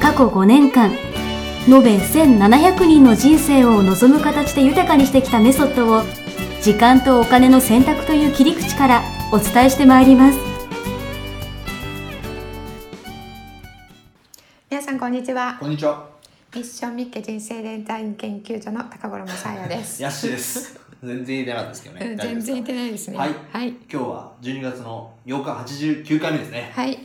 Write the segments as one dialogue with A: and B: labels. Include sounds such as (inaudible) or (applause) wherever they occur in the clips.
A: 過去5年間延べ1700人の人生を望む形で豊かにしてきたメソッドを時間とお金の選択という切り口からお伝えしてまいります
B: 皆さんこんにちは
C: こんにちは。
B: ミッションミッケ人生デザイン研究所の高頃もさやです
C: ヤッシーです。全然言えてなかったですけど
B: う
C: ね。
B: ん
C: 大丈
B: 全
C: 夫ですか
B: 然いてないですね
C: はい
B: はい、
C: 今日は12月の8日89回目ですね。
B: はい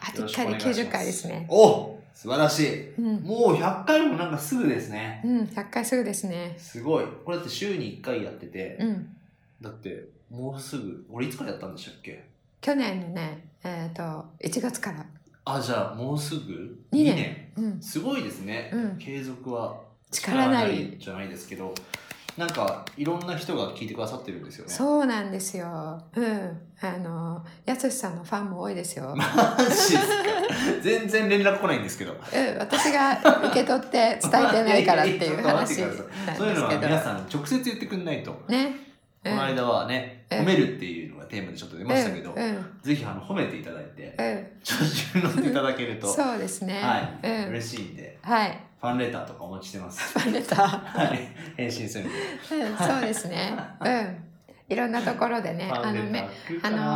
B: あ
C: よ
B: と1
C: ろしくお
B: 回で
C: 願いします
B: 90回ですね
C: お素晴らしい。
B: うん、
C: もう100回もなんかすぐですね。
B: うん、100回すぐですね
C: すごい。これだって週に1回やってて、
B: うん
C: だってもうすぐ、俺いつからやったんでしたっけ
B: 去年のねえっ、と1月から
C: あ、じゃあもうすぐ
B: 二
C: 二
B: 年うん
C: すごいですね。
B: うん
C: 継続は
B: 力なり
C: じゃないですけど、なんかいろんな人が聞いてくださってるんですよね。
B: そうなんですようんあのやすしさんのファンも多いですよ、
C: (laughs) マジですか全然連絡来ないんですけど。
B: うん、私が受け取って伝えてないからっていう話
C: いや
B: ないんで
C: やちょ
B: す
C: っと
B: け
C: そういうのは
B: ど
C: 皆さん直接言ってくんないと。
B: ね、う
C: こ
B: ん、
C: の間はね、
B: うん
C: 褒めるっていうのがテーマでちょっと出ましたけど、
B: うんうん
C: ぜひあの褒めていただいて、
B: うん
C: 調子に乗っていただけると、
B: そうですね。
C: は
B: う
C: い、
B: ん。
C: 嬉しいんで、
B: はい。
C: ファンレターとかお待ちしてます。
B: バレた。
C: はい、返信するんで。
B: うん、そうですね。うん。いろんなところでね、
C: ファ
B: あ
C: ンレ
B: の
C: タ
B: め、
C: ー来る
B: あ
C: かな
B: の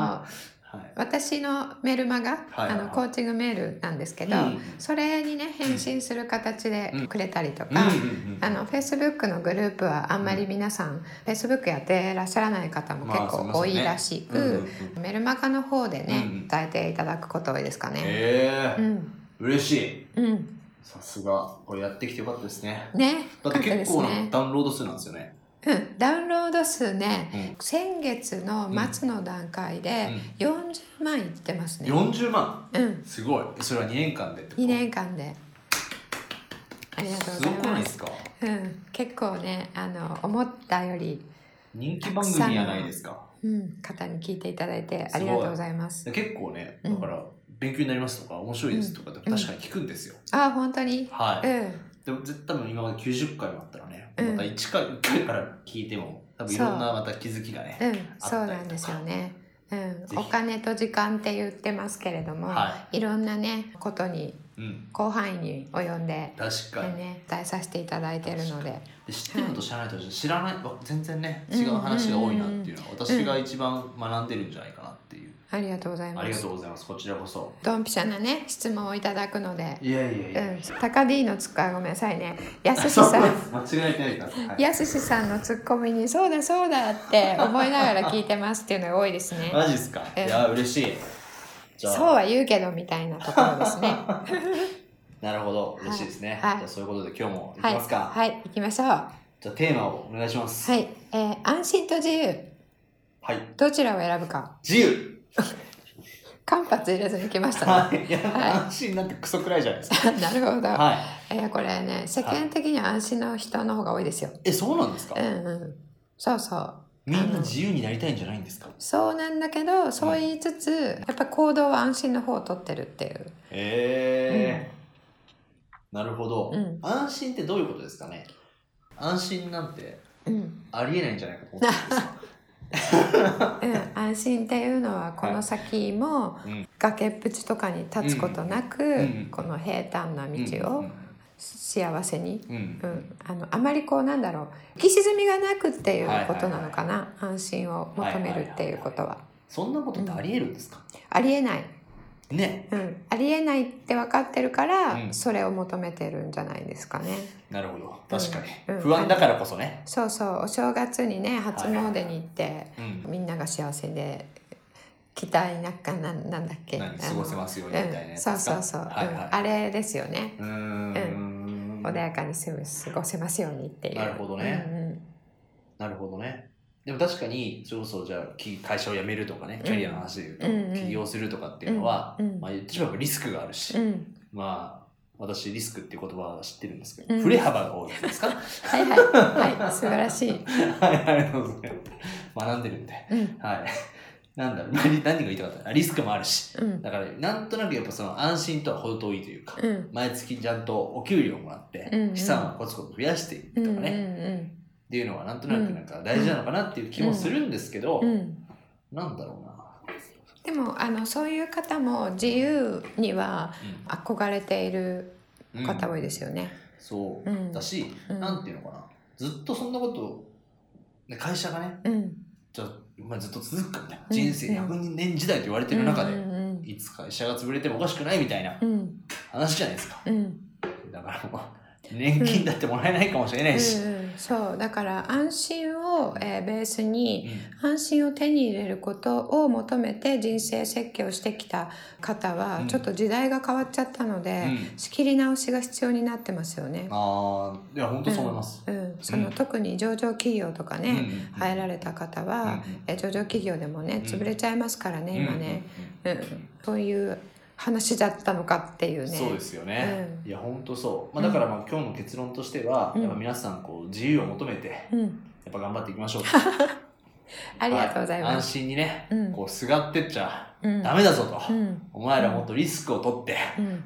C: はい。
B: 私のメルマガ、
C: はい
B: あのコーチングメールなんですけど、
C: うん
B: それにね返信する形
C: う
B: で
C: ん
B: くれたりとか。
C: うんうんうん
B: あのフェイスブックのグループはあんまり皆さんフェイスブックやってらっしゃらない方も結構多いらしく、
C: まあそうですよね
B: メルマガの方でね、
C: うんうん
B: 伝えていただくこと多いですかね。
C: え
B: う
C: え
B: ん、
C: 嬉しい。
B: うん、
C: さすが、これやってきてよかったですね。
B: ね、
C: だって結
B: よ
C: 構
B: かったです
C: な
B: ね
C: ダウンロード数なんですよね。
B: うん、ダウンロード数ね、
C: うん
B: 先月の末の段階で40万いってますね、
C: 40万
B: うん、
C: すごいそれは2年間でってこと
B: 2年間でありがとうご
C: す
B: ざ
C: ご
B: い
C: くない
B: ま
C: ですすか
B: うん、結構ねあの思ったより、
C: 人気番組やないですか
B: うん、方に聞いていただいてありがとうございます
C: 結構ね
B: う
C: だ
B: ん
C: から勉強になりますとか面白いですとかって確かに聞くんですよ、
B: あ本当に
C: は
B: う
C: い
B: ん
C: でも絶対多分今まで90回もあったらね
B: うん
C: また1回1回から聞いても多分いろんなまた気づきがね
B: うんそうなんですよね、うん
C: ひ、
B: お金と時間って言ってますけれども、、
C: はい
B: ろんなねことに
C: い、うん、
B: 広範囲に及んで、
C: 確かに、
B: ね、伝えさせていただいてるので。
C: で知ってるのと知らないと知らないわ全然ね違う話が多いなっていうのは私が一番学んでるんじゃないかなっていう、
B: ありがとうございます。
C: ありがとうございますこちらこそ
B: ドンピシャなね質問をいただくので、
C: いやいやいや、
B: うん、高 D のツッコミごめんなさいね。やすし
C: (laughs) そう
B: さん、
C: 間違えてないでくださいはい
B: やすしさんのツッコミにそうだそうだって思いながら聞いてますっていうのが多いですね。
C: マジですか、
B: うん
C: いや嬉しいじゃあ
B: そうは言うけどみたいなところです
C: (laughs)
B: ね。
C: なるほど嬉しいですね、
B: はい
C: じゃあそういうことで今日もいき
B: はい、
C: ますか、
B: はい、行きましょう。は
C: じゃあテーマをお願いします
B: い、えー安心と自由
C: はい、
B: どちらを選ぶか、
C: 自由
B: 間髪入れずに来ました
C: は
B: ね。
C: いいや、
B: はい
C: 安心なんてクソくらいじゃないです
B: (laughs) なるほど。
C: かはい
B: えーこれね世間的には安心の人の方が多いですよ。
C: えそうなんですか、
B: うんうん、そうそう。
C: みんな自由になりたいんじゃないんですか
B: そうなんだけどそう言いつつ、やっぱ行動は安心の方を取ってるっていう
C: ええーなるほど、
B: うん
C: 安心ってどういうことですかね安心なんて
B: うん、
C: ありえないんじゃないかと思
B: (laughs)
C: ってるんですよ
B: うん、安心っていうのはこの先も、
C: うん
B: 崖っぷちとかに立つことなく、
C: んうん
B: この平坦な道を幸せに、
C: うん、うん
B: うん、あのあまりこうなんだろう浮き沈みがなくっていうことなのかな、安心を求めるっていうことは。
C: そんなことってありえるんですか、
B: ありえない、
C: ね
B: うん、ありえないって分かってるから、
C: うん
B: それを求めてるんじゃないですかね。
C: なるほど確かに、
B: うん
C: 不安だからこそね、
B: そうそうお正月にね初詣に行って、
C: うん、
B: みんなが幸せで期待なんかなんなんだっけ
C: 何過ごせますようにみたいな
B: うん、
C: やつ
B: そ
C: で
B: う
C: すか
B: そうそう、
C: はいはい
B: うんあれですよね
C: うーん
B: 穏やかに過ご過ごせますようにっていう
C: なるほどね
B: うんうん
C: なるほどねでも確かにそれこそじゃあき会社を辞めるとかね
B: ん
C: キャリアの話で言うと、
B: うんうん
C: 起業するとかっていうのは、
B: うん
C: まあ、言ってしまえばリスクがあるし、
B: うん
C: まあ私リスクっていう言葉は知ってるんですけ
B: う
C: ど、
B: ん
C: 振れ幅が多いですか (laughs)
B: はいはい。はい。素晴らしい。
C: はい、ありがとうございます。学んでるんで。
B: うん。
C: はい。なんだろう、何何が言いたかったあリスクもあるし。
B: うん。
C: だから、なんとなくやっぱその安心とは程遠いというか、
B: うん。
C: 毎月ちゃんとお給料もらって、
B: うんうん
C: 資産をコツコツ増やしていくとかね、っ
B: ね。
C: ていうのはなんとなくなんか大事なのかなっていう気もするんですけど、
B: うん。うん。
C: なんだろうな。
B: でも、あの、そういう方も自由には憧れている
C: うん
B: 方多いですよね。
C: そう、
B: うん
C: だし、
B: うん
C: なんていうのかなずっとそんなことね会社がね
B: うん。
C: じゃあ、まあ、ずっと続くかみたいな、
B: うん
C: 人生100年時代と言われてる中で、
B: うんうん
C: いつ会社が潰れてもおかしくないみたいな
B: うん。うん。
C: 話じゃないですか
B: うん。
C: だからもう年金だってもらえないかもしれないし、
B: うんうんそうだから安心を、えーベースに
C: うん
B: 安心を手に入れることを求めて人生設計をしてきた方は、
C: うん
B: ちょっと時代が変わっちゃったので、
C: うん
B: 仕切り直しが必要になってますよね。
C: ああいや本当そう思います、
B: うん、その、
C: うん
B: 特に上場企業とか
C: うん
B: ね、入られた方は、え上場企業でもね
C: うん
B: 潰れちゃいますからね、今ね、、
C: うん
B: う
C: うんんうん
B: そういう話だったのかっていうね。
C: そうですよね、
B: うん
C: いや本当そう、まあ、だからまあ今日の結論としては、
B: うん
C: やっぱ皆さんこう自由を求めてや
B: うん、
C: っぱ頑張っていきま
B: (laughs)
C: しょうと
B: ありがとうございま
C: は
B: す。
C: 安心にね、
B: うん
C: こうすがってっちゃ
B: うん
C: ダメだぞと、
B: うん
C: お前らもっとリスクを取って
B: うん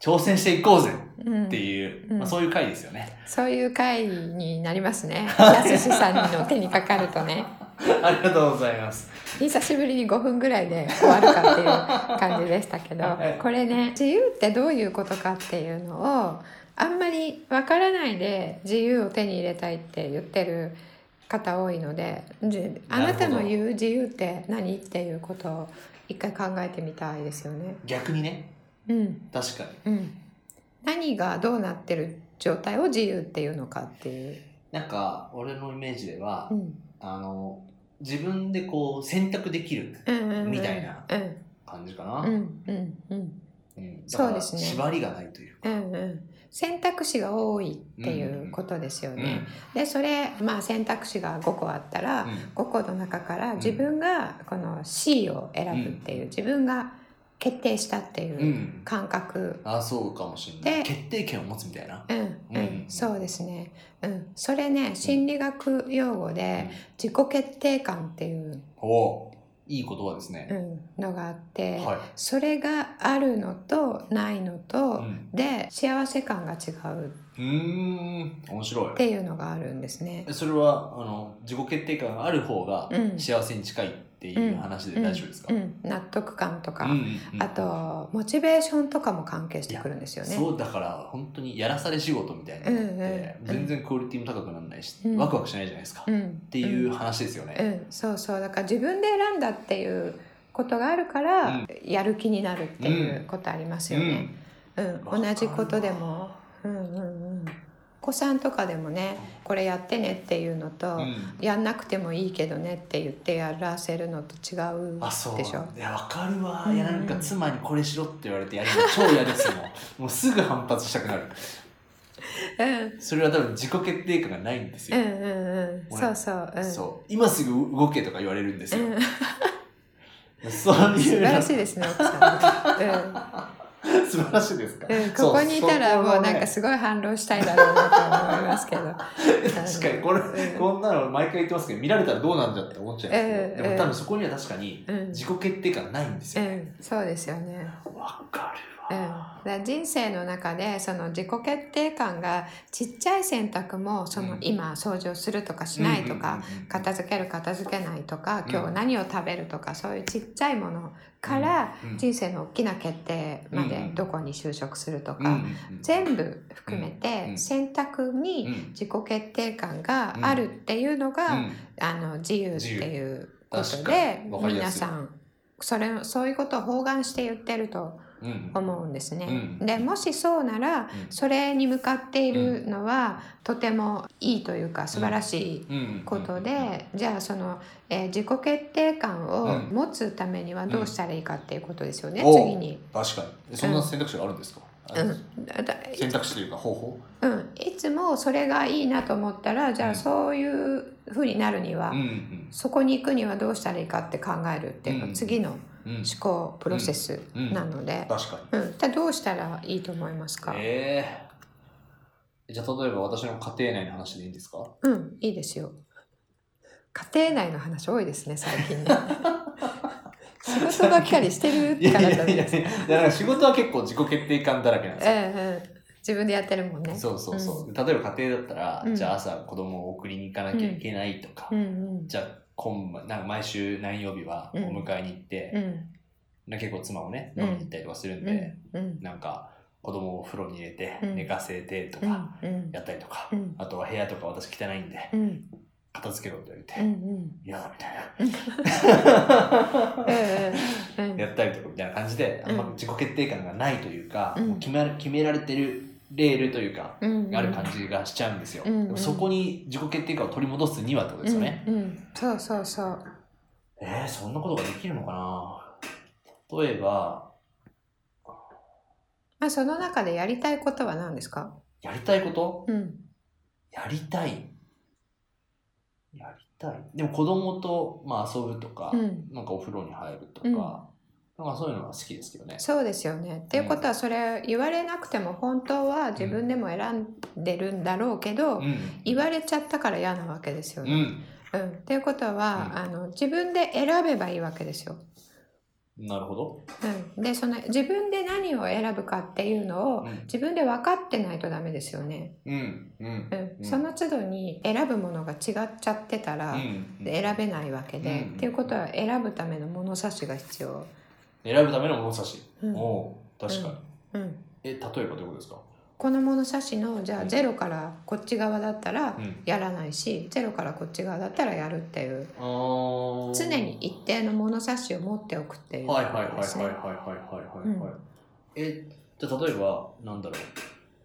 C: 挑戦していこうぜ
B: うん
C: っていう、
B: うん
C: まあ、そういう回ですよね、
B: そういう会になりますね。やすしさんの手にかかるとね、
C: ありがとうございます
B: 久しぶりに5分ぐらいで終わるかっていう感じでしたけど
C: はい、
B: これね、自由ってどういうことかっていうのを、あんまりわからないで自由を手に入れたいって言ってる方多いので、じあなたの言う自由って何っていうことを一回考えてみたいですよね。
C: 逆にね
B: うん、
C: 確かに
B: うん。何がどうなってる状態を自由っていうのかっていう。
C: なんか俺のイメージでは、
B: うん
C: あの自分でこう選択できる
B: み
C: みたいな
B: うん
C: 感じかな、
B: うんうんうん
C: うんだから
B: そうですね
C: 縛りがないというか、
B: うんうん選択肢が多いっていうことですよ
C: う
B: ね。でそれまあ選択肢が5個あったら、
C: ん、
B: 5個の中から自分がこの C を選ぶっていう、自分が決定したっていううん感覚、
C: あそうかもしれない
B: で
C: 決定権を持つみたいな、
B: うんうん
C: うん
B: そうですね、うん、それね心理学用語で自己決定感っていう、
C: おおういい言葉ですね、
B: うん、のがあって、
C: はい、
B: それがあるのとないのと、
C: うん
B: で幸せ感が違う
C: うーん面白
B: っ
C: い
B: ていうのがあるんですね
C: え。それはあの自己決定感がある方が
B: うん
C: 幸せに近いっていう話で大丈夫ですか、
B: うんうん納得感とか、
C: うんうんうん
B: あとモチベーションとかも関係してくるんですよね。
C: そうだから本当にやらされ仕事みたいなのって
B: うんうん
C: 全然クオリティも高くならないし、
B: うん
C: ワクワクしないじゃないですか、
B: う
C: っ
B: ん、
C: ていう
B: うん、
C: 話ですよ
B: う
C: ね、
B: ん、そうそうだから自分で選んだっていうことがあるから、
C: うん
B: やる気になるっていうことありますよね。うん、
C: わかる
B: 同じことでも、うんうんうん、お子さんとかでもねこれやってねっていうのと、
C: うん
B: やんなくてもいいけどねって言ってやらせるのと違う
C: あそう
B: でしょ。
C: いやわかるわ、
B: うん
C: いやなんか妻にこれしろって言われてやるの超嫌です
B: (laughs)
C: もんもうすぐ反発したくなる
B: うん
C: それは多分自己決定感がないんです
B: う
C: よ、
B: んうんうん、
C: 俺
B: そうそう、うん、
C: そう今すぐ動けとか言われるんですよ、
B: うん
C: そういうの
B: 素晴らしいですね、奥さんね。
C: 素晴らしいですか、
B: うん、うん、
C: そう
B: ここにいたら、もうなんか
C: そ
B: すごい反論したいだろうなと思いますけど。
C: こはね (laughs) 確かにこれ、こんなの毎回言ってますけど見られたらどうなんじゃって思っちゃうんです
B: ええ
C: けど、で
B: え
C: も
B: え
C: 多分そこには確かに
B: うん、
C: 自己決定感ないんです
B: う
C: よ
B: ん、そうですよね。う
C: わ、かる
B: ん、だ
C: わ、
B: から人生の中でその自己決定感がちっちゃい選択もその
C: うん
B: 今掃除をするとかしないとか
C: うんうんうんうん
B: 片付ける片付けないとか
C: うん
B: 今日何を食べるとかそういうちっちゃいものから
C: うんうん
B: 人生の大きな決定ま
C: うんう
B: で
C: ん
B: どこに就職すると
C: うんうん
B: か
C: うん
B: 全部含め
C: うんう
B: て
C: ん
B: 選択
C: う
B: に
C: ん
B: 自己決定感があるっていうのが、
C: うん
B: あの自由っていうこと
C: 自由
B: で
C: 確かにわかりや
B: 皆
C: すい
B: さんそれそういうことを包含して言ってると
C: うん
B: 思うんですね。
C: うん
B: でもしそうなら
C: うん
B: それに向かっているのは、とてもいいというか素晴らしい。
C: うん
B: ことで、じゃあその、えー自己決定感を
C: うん
B: 持つためにはどうしたらいいかっていうことですよね、
C: おう
B: 次に。
C: 確かにえそんな選択肢があるんですか、あ
B: うん、だだ
C: 選択肢というか方法
B: うん、いつもそれがいいなと思ったらじゃ
C: う
B: あ
C: ん
B: そういうふうになるには、
C: うんうん
B: そこに行くにはどうしたらいいかって考えるっていうの
C: う
B: が
C: ん
B: 次の思
C: うん
B: 考プロセス
C: うん
B: なので、
C: 確か
B: うんじゃあどうしたらいいと思いますか、
C: にええじゃあ例えば私の家庭内の話でいいんですか
B: うんいいですよ家庭内の話多いですね最
C: (laughs)
B: 近ね仕事ばっかりしてるからだめです
C: いやだから仕事は結構自己決定感だらけなんですよ
B: ええええ自分でやってるもんね
C: そうそうそう、例えば家庭だったら、
B: うん
C: じゃあ朝子供を送りに行かなきゃいけないとか、
B: うんうん
C: じゃあ今晩なんか毎週何曜日はお
B: うん
C: 迎えに行って、
B: うん
C: な結構妻をね
B: うん
C: 飲みに行ったりとかするん
B: う
C: で、
B: んうん
C: なんか子供をお風呂に入れて
B: うん
C: 寝かせてと
B: うん
C: か
B: うん
C: やったりとか、
B: うん
C: あとは部屋とか私汚いんで
B: うん
C: 片付けろって言われて
B: うんうん
C: 嫌、だみたい
B: え
C: な。
B: えええええ
C: (laughs) やったりとかみたいな感じであんま
B: うん
C: 自己決定感がないというか、
B: うん
C: もう決め決められてるレールというか、
B: うんうん
C: ある感じがしちゃうんですよ、
B: うんうん
C: でもそこに自己決定感を取り戻すにはってことですよね、
B: うんうん、そうそうそう。
C: えー、そんなことができるのかな例えば
B: まあその中でやりたいことは何ですか？
C: やりたいこと
B: うん
C: やりたいやりたいでも子供とまあ遊ぶとか、
B: うん
C: なんかお風呂に入るとか、
B: うん
C: なんかそういうのは好きですけどね
B: そうですよね。っていうことはそれ言われなくても本当は自分でも選んでるんだろうけど、
C: うん
B: 言われちゃったから嫌なわけですよ
C: う
B: ね。
C: ん
B: うん。っていうことは、
C: うん
B: あの自分で選べばいいわけですよ。
C: なるほど、
B: うん。でその自分で何を選ぶかっていうのを
C: うん
B: 自分で分かってないとダメですよね。
C: うんうん
B: うん。
C: うん
B: その都度に選ぶものが違っちゃってたら。
C: うんうん
B: 選べないわけで、
C: うん
B: っていうことは選ぶための物差しが必要。
C: 選ぶための物差し、
B: うん
C: おう確かに、
B: うん、
C: え例えばどういうことですか、
B: この物差しのじゃ
C: う
B: あ
C: ん
B: ゼロからこっち側だったら
C: うん
B: やらないし、ゼロからこっち側だったらやるっていう
C: あー
B: 常に一定の物差しを持っておくっていうこ
C: はいはいはい
B: と
C: はい
B: ですね
C: はいはいはいはいはい、
B: う
C: えじゃあ例えばなんだろう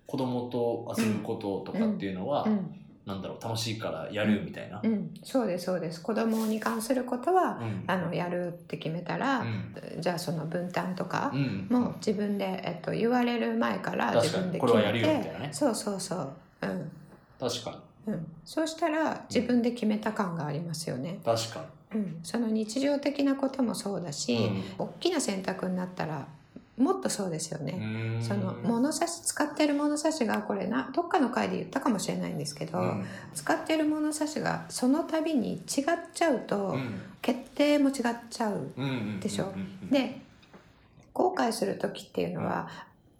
C: 子供と遊ぶこととかっていうのは、
B: うん
C: なんだろう楽しいからやるみたいな、
B: うん、そうですそうです子供に関することは、
C: うん
B: あのやるって決めたら、
C: うん
B: じゃあその分担とか
C: うん
B: も自分で、えっと、言われる前から自
C: 確か
B: 分
C: に
B: で
C: こ
B: 決
C: れはや
B: め
C: る
B: て
C: よみたいなね
B: そうそうそう、うん、
C: 確かに
B: うん、そうしたら自分で決めた感がありますよね、
C: 確か
B: うん、その日常的なこともそうだし、
C: に、
B: 大きな選択になったらもっとそうですよ
C: う
B: ね、
C: ん
B: その物差し使ってる物差しがこれなどっかの回で言ったかもしれないんですけど、
C: うん
B: 使ってる物差しがその度に違っちゃうと、
C: うん
B: 決定も違っちゃう。
C: うんうん
B: でしょ
C: うんうん
B: で後悔する時っていうのは、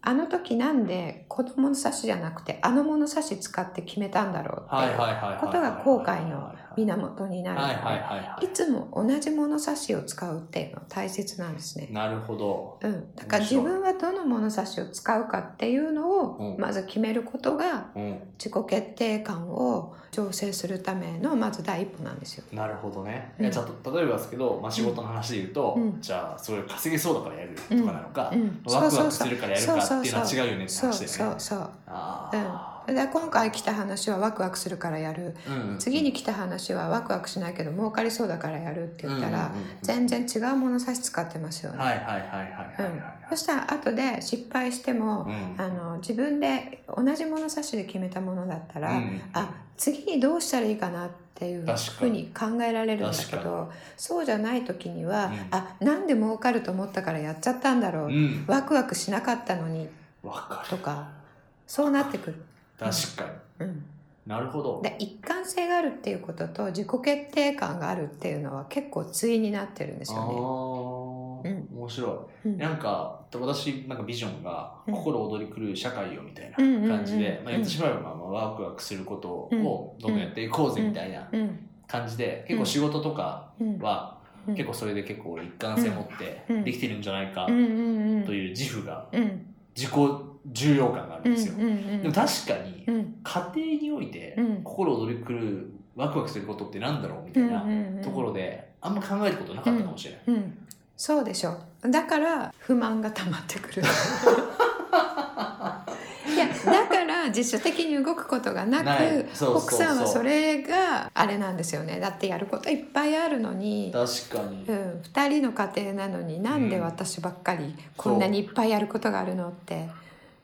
B: あの時なんでこの物差しじゃなくてあの物差し使って決めたんだろうって
C: はい
B: いう
C: はいはいはいはい
B: ことが後悔の源になるの
C: はい
B: で、
C: はいはいはい
B: いつも同じ物差しを使うっていうのは大切なんですね。
C: なるほど
B: うん、だから自分はどの物差しを使うかっていうの
C: う
B: を
C: ん
B: まず決めることが
C: うん
B: 自己決定感を調整するためのまず第一歩なんですよ。
C: なるほどね、
B: うん
C: えじゃあ例えばですけど、まあ、仕事の話で言うと、
B: うん
C: じゃあそれ稼げそうだからやるとかなのか、
B: うん、
C: ワクワクす
B: そう
C: るからやるかっていうのは違うよねって
B: そう
C: 話だ
B: そ
C: よ
B: う
C: ね。
B: そう。
C: あー
B: で今回来た話はワクワクするからやる
C: うん
B: 次に来た話はワクワクしないけど儲かりそうだからやるって言ったら、
C: うんうんうんうん
B: 全然違う物差し使ってますよね。
C: はいはいはいはいはいはいは
B: そしたら後で失敗しても、
C: うん
B: あの自分で同じ物差しで決めたものだったら、
C: い。うん
B: あ次にどうしたらいいかなっていう
C: 確かに
B: ふうに考えられるんだけ
C: 確か
B: どそうじゃない時には、
C: うん
B: あなんで儲かると思ったからやっちゃったんだろう、
C: うん
B: ワクワクしなかったのに
C: わか
B: と
C: る
B: かそうなってくる。
C: 確かに
B: うん、
C: なるほど
B: で一貫性があるっていうことと自己決定感があるっていうのは結構対になってるんです
C: あ
B: よ
C: ー
B: うん
C: 面白
B: ね。う
C: い
B: ん
C: なんか私なんかビジョンが
B: うん
C: 心躍り狂う社会よみたいな
B: うんうんうん
C: 感じで
B: うん
C: まあ言ってしまえばまあワクワクすることをどんどんやっていこうぜみたいな
B: うん
C: 感じで
B: うん
C: 結構仕事とか
B: うん
C: は
B: うん
C: 結構それで結構俺一貫性持
B: う
C: っ
B: んう
C: て
B: ん
C: できてるんじゃないか
B: うんうんうん
C: という自負が
B: うん
C: 自己重要感があるんですよ。
B: うんうんうん
C: でも確かに
B: うん
C: 家庭において
B: うん
C: 心躍り狂うワクワクすることってなんだろうみたいな
B: うんうんうん
C: ところであんま考えたことなかったかもしれない。
B: うんそうでしょうだから不満が溜まって
C: (laughs)
B: くるいやだから自主的に動くことがなく
C: ないそうそうそう
B: 奥さんはそれがあれなんですよねだってやることいっぱいあるのに
C: 確かに
B: う。ん、2人の家庭なのになんで私ばっかりこんなにいっぱいやることがあるのって、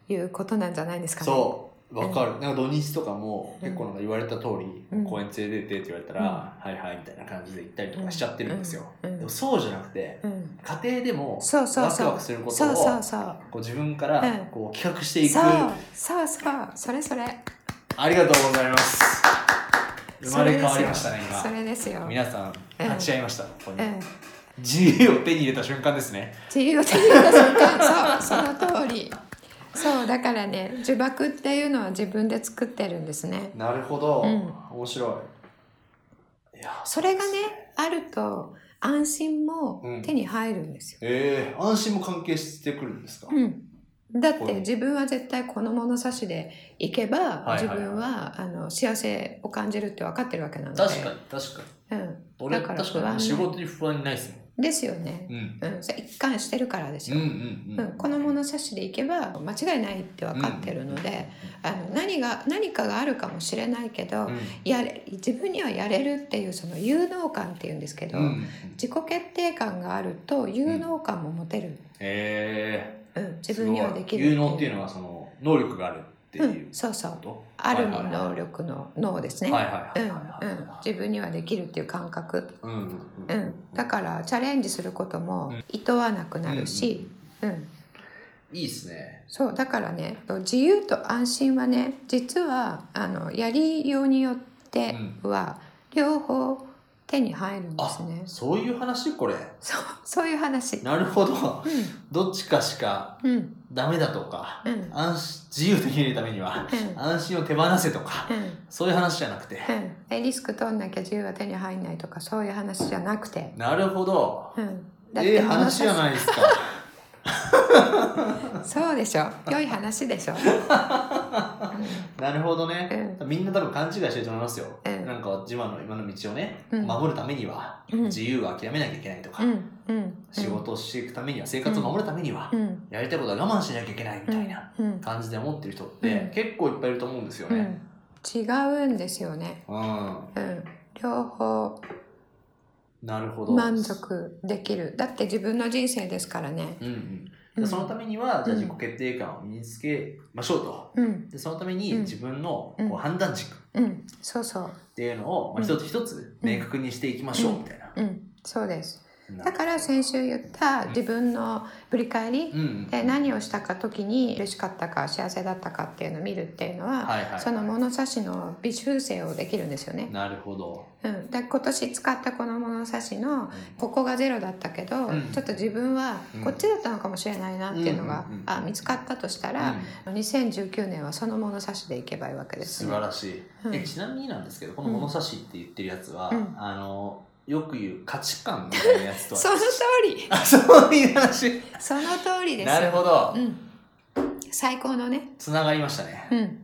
B: いうことなんじゃないですかね。
C: そうわかるなんか土日とかも
B: うん
C: 結構なんか言われた通り、
B: うん
C: 公園連れてってって言われたら、はいはいみたいな感じで行ったりとかしちゃってるんですよ、
B: うんうん
C: でもそうじゃなくて
B: うん、
C: 家庭でも
B: そうそう
C: ワ
B: そ
C: ク
B: う
C: ワクすること
B: そ
C: を
B: うそうそう
C: こう自分か
B: うん
C: らこう企画していく、
B: そうそうそうそれそれ
C: ありがとうございます生まれ変わりましたね
B: そ
C: 今
B: れですよそれですよ
C: 皆さん立ち会いました、ここに
B: うん
C: 自由を手に入れた瞬間ですね
B: 自由を手に入れた瞬間そうその通りそうだからね呪縛っていうのは自分で作ってるんですね
C: なるほど、
B: うん
C: 面白いいや
B: それがねあると安心も手に入るんですよ、
C: ええ安心も関係してくるんですか、
B: うんだっ
C: こう
B: て自分は絶対この物差しでいけば、
C: はいはい
B: 自分はあの幸せを感じるって分かってるわけなので
C: 確かに確かに
B: うん、
C: 俺
B: だから
C: 確
B: 不
C: か
B: 安
C: に
B: ね
C: 仕事に不安ないですもん
B: ですよね、
C: うん
B: うんそれ一貫してるからです
C: う
B: よ、
C: んうんう
B: うんん、この物差しでいけば間違いないって分かってるので、あの何が何かがあるかもしれないけど、
C: うん
B: やれ自分にはやれるっていうその誘導感っていうんですけど、
C: うんうん
B: 自己決定感があると誘導感も持てる、
C: ええ
B: うん自分にはできる、
C: 有能っていうのはその能力があるっていううん
B: そうそう
C: こと、
B: ある
C: はい
B: の
C: はいはい
B: 能力の脳です
C: はい
B: ね、
C: はいはいはい
B: うんうん、自分にはできるっていう感覚、
C: うんうんう
B: うんん、だからチャレンジすることも
C: うん
B: 厭わなくなるし、うん、
C: いいですね
B: そうだからね自由と安心はね実はあのやりようによっては両方手に入るんですね、
C: そういう話これ
B: そうそういう話
C: なるほど (laughs) どっちかしか
B: うんうん
C: ダメだとか
B: うんうん
C: 安心自由を手に入れるためには安心を手放せとか
B: うん
C: そういう話じゃなくて
B: うんえリスク取んなきゃ自由は手に入んないとかそういう話じゃなくて、
C: なるほど
B: うん、だって
C: ええ話じゃないですか
B: そうでしょ良い話でしょ、
C: (laughs) (laughs) なるほどね
B: う
C: みんな多分勘違いしてると思いますよ
B: うん
C: なんか今の今の道をね
B: うん
C: 守るためには
B: うん
C: 自由を諦めなきゃいけないとか
B: んうんうん、
C: 仕事をしていくためには生活を守るためには
B: うんうん
C: やりたいことは我慢しなきゃいけないみたいな
B: うん
C: 感じで思ってる人っ
B: う
C: て
B: ん
C: 結構いっぱいいると思うんですよ
B: う
C: ね
B: ん、違うんですよね、
C: うん
B: うん、両方
C: なるほど
B: 満足できるだって自分の人生ですからね、
C: うんうん
B: うん、
C: そのためにはじゃあ
B: うん
C: 自己決定感を身につけましょうと。
B: うん
C: でそのために
B: うん
C: 自分の
B: うん
C: こう判断軸っ
B: うんそうそう
C: ていうのをま
B: うん
C: あ一つ一つ明確にしていきましょうみたいな。
B: うんそうですだ
C: ら、
B: から先週言った自分の振り返り
C: うんうん、
B: で何をしたか時に嬉しかったか幸せだったかっていうのを見るっていうのは、
C: はいはい
B: その物差しの微修正をできるんですよね。
C: なるほど。
B: うん、で今年使ったこの物差しのここがゼロだったけど、
C: うん
B: ちょっと自分は
C: うん
B: こっちだったのかもしれないなっていうのが、
C: うんうんうん
B: あ見つかったとしたら、2019年はその物差しでいけばいいわけ
C: うん
B: です
C: 素
B: ね、
C: 晴らしい、
B: うん
C: えちなみになんですけどこの物差しって言ってるやつは、
B: うん
C: あのよく言う価値観みたいなやつとは
B: その通り
C: あ (laughs) そういう話
B: その通りです
C: なるほど
B: うん、最高のね、
C: つながりましたね、
B: うん、だか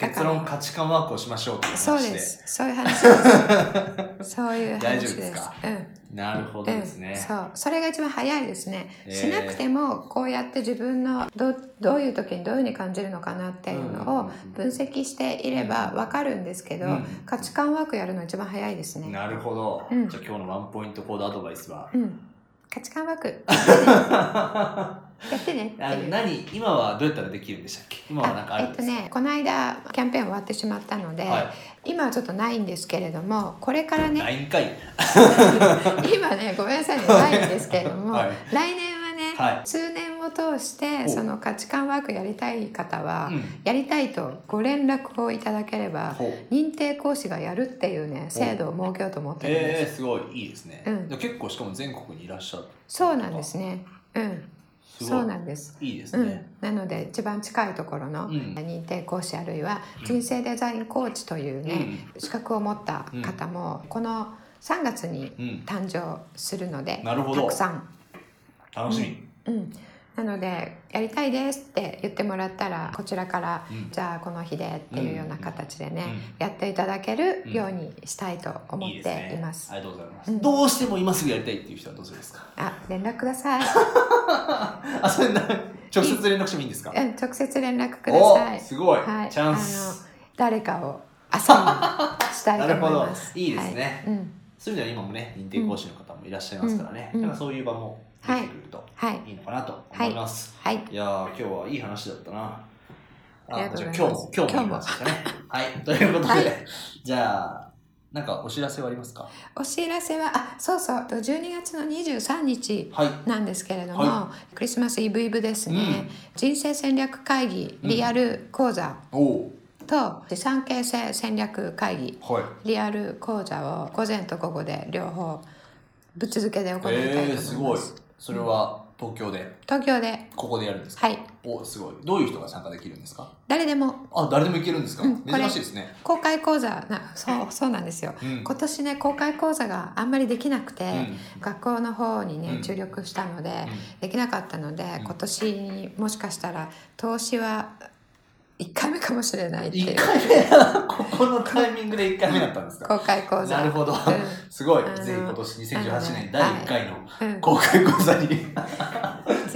B: ら
C: 結論価値観ワークをしましょうって話
B: そうですそういう話です
C: (laughs)
B: そういう話
C: 大
B: で
C: 丈夫
B: す
C: ですか
B: うん
C: なるほどです
B: う
C: ね、
B: ん、そうそれが一番早いですね、
C: えー
B: しなくてもこうやって自分のどどういう時にどういうふうに感じるのかなっていうのを分析していればわかるんですけど、
C: うん
B: 価値観ワークやるの一番早いですね、
C: なるほど、
B: うん
C: じゃあ今日のワンポイントコードアドバイスは
B: うん、価値観ワーク
C: (laughs) あ
B: やってねっていう
C: 何今はどうやったらできるんでしたっけ今はなんかあ
B: え
C: るん
B: っ
C: です
B: と
C: か、
B: ねこの間キャンペーン終わってしまったので、
C: は
B: 今はちょっとないんですけれどもこれから
C: い、
B: ね
C: LINE 会
B: (laughs) 今ねごめんなさいねないんですけれども、
C: はい
B: 来年はね、
C: はい
B: 通年を通して
C: お
B: その価値観ワークやりたい方は、
C: うん
B: やりたいとご連絡をいただければ
C: ほう
B: 認定講師がやるっていうね制度を設けようと思ってるんです、
C: えー、すごいいいですね、
B: うん
C: で結構しかも全国にいらっしゃる
B: そうなんですねうん
C: すごい
B: そうなんです
C: いいです
B: う
C: ね、
B: ん、なので一番近いところの
C: うん
B: 認定講師あるいは
C: うん
B: 人生デザインコーチというね、資格を持った方もこの3月に
C: うん、うん、
B: 誕生するので
C: なるほ
B: た
C: ど
B: くさん
C: 楽しみ、
B: うん、なので「やりたいです」って言ってもらったらこちらから
C: うん
B: 「じゃあこの日で」っていうような形でね、
C: うん
B: やっていただけるようにしたいと思
C: い
B: っ
C: いです
B: て
C: ね
B: います。
C: ありがとうございます、
B: うん
C: どうしても今すぐやりたいっていう人はどうするんですか (laughs)
B: あ連絡ください。
C: あそれな直接連絡してもいいんですか
B: うん直接連絡ください。
C: おすごい、
B: はい、
C: チャン
B: あの
C: ス
B: 誰かをアサインしたいと思いま
C: (laughs) なる
B: す。
C: ほどいいですね
B: はいうん、
C: そういう意味では今もね認定講師の方もいらっしゃいますからね、
B: うんうん
C: だからそういう場も出てくると
B: はい
C: いいのかなと思います、
B: はい。
C: いやー今日はいい話だったな
B: あり
C: あ
B: がと
C: じ
B: う
C: ゃあ
B: ございます、
C: 今日も今日も言いま
B: (laughs)
C: すかね。はい。ということで、じゃあ、なんかお知らせはありますか
B: お知らせはあそうそうと12月の23日
C: はい。
B: なんですけれども、
C: は
B: クリスマスイブイブですね、
C: うん
B: 人生戦略会議
C: うん
B: リアル講座
C: お
B: と資産形成戦略会議
C: お。はい。
B: リアル講座を午前と午後で両方ぶっ続けで行いたいと思い
C: ええー、
B: ます,、
C: すごい。それは東京で、
B: 東京で
C: ここでやるんですか
B: はい
C: おすごい。どういう人が参加できるんですか
B: 誰でも
C: あ、誰でもいけるんですか、
B: うんこれ
C: 珍しいですね。
B: 公開講座なそうそうなんですよ
C: うん。
B: 今年ね公開講座があんまりできなくて、
C: うん
B: 学校の方に
C: う
B: ね
C: ん
B: 注力したので、
C: う
B: できなかったので、今年にもしかしたら投資は1回目かもしれないってい
C: 1
B: う
C: 回目 (laughs) ここのタイミングで1回目だったんですか
B: 公開講座
C: なるほど、
B: う
C: すごい
B: あの
C: ぜひ今年2018
B: あのね
C: 年第1回の
B: んうん
C: 公開講座に
B: ぜ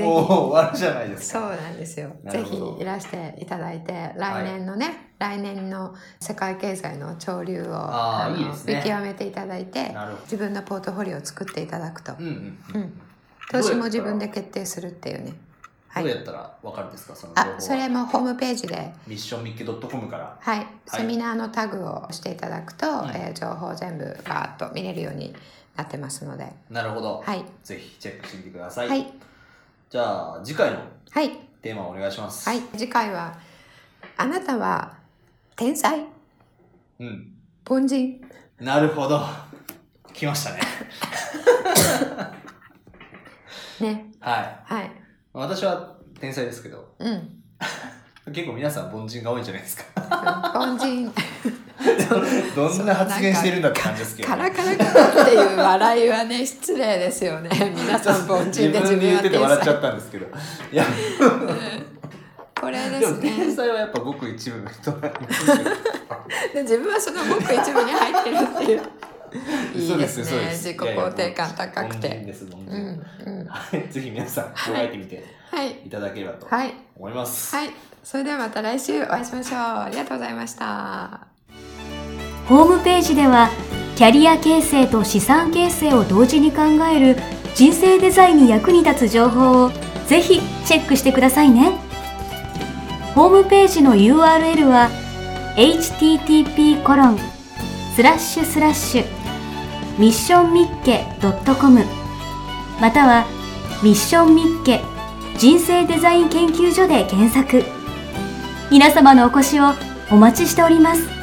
C: もう
B: ひ
C: 終わるじゃないです
B: そう
C: か
B: なんですよ
C: な
B: ぜ
C: るほど
B: ひいらしていただいて来年のね、来年の世界経済の潮流を
C: あー
B: の
C: いいですね
B: 見極めていただいて
C: なるほど
B: 自分のポートフォリオを作っていただくと、
C: うんうん
B: う
C: うん
B: ん、投資も自分で決定するっていうねは
C: どう
B: い
C: やったら分かるんですかその情報
B: あ
C: は
B: それもホームページで
C: ミッションミッケ .com から
B: はい、セミナーのタグを押していただくと、
C: ん
B: えー情報全部ガーッと見れるようになってますので、
C: なるほど、
B: はい、
C: ぜひチェックしてみてください、
B: はい、
C: じゃあ次回の
B: はい、
C: テーマをお願いします
B: はい、次回はあなたは天才
C: うん
B: 凡人
C: なるほど (laughs) 来ましたね
B: ね、
C: はい
B: はい、
C: 私は天才ですけど
B: うん、
C: 結構皆さん凡人が多いんじゃないですか
B: 凡
C: (laughs)
B: 人
C: どんな発言してるんだって感じですけど
B: カラ
C: ね、
B: カラカラっていう笑いはね失礼ですよね。
C: (laughs)
B: 皆さん凡人で自
C: 自
B: 分
C: 分で言
B: は
C: ってて笑っ
B: 天
C: ちゃ
B: 才。
C: ったんですけどいや
B: これで
C: でも
B: す
C: 天
B: ね。
C: 才はやっぱごく一部の人なんですけど
B: で自分はそのごく一部に入ってるっていう。い
C: そう
B: い
C: で
B: ですす
C: ね
B: ね。
C: そうです
B: 自己肯定感高く
C: いやいや凡人
B: て。
C: です凡
B: うんう
C: 人、
B: ん。
C: はいぜひ皆さん考えてみて
B: はい。
C: いただければと
B: はい。
C: 思います、
B: はい。それではまた来週お会いしましょう。ありがとうございました。
A: ホームページではキャリア形成と資産形成を同時に考える人生デザインに役に立つ情報をぜひチェックしてくださいねホームページの URL は http コロンスラッシュスラッシュミッションミッケ .com またはミッションミッケ人生デザイン研究所で検索皆様のお越しをお待ちしております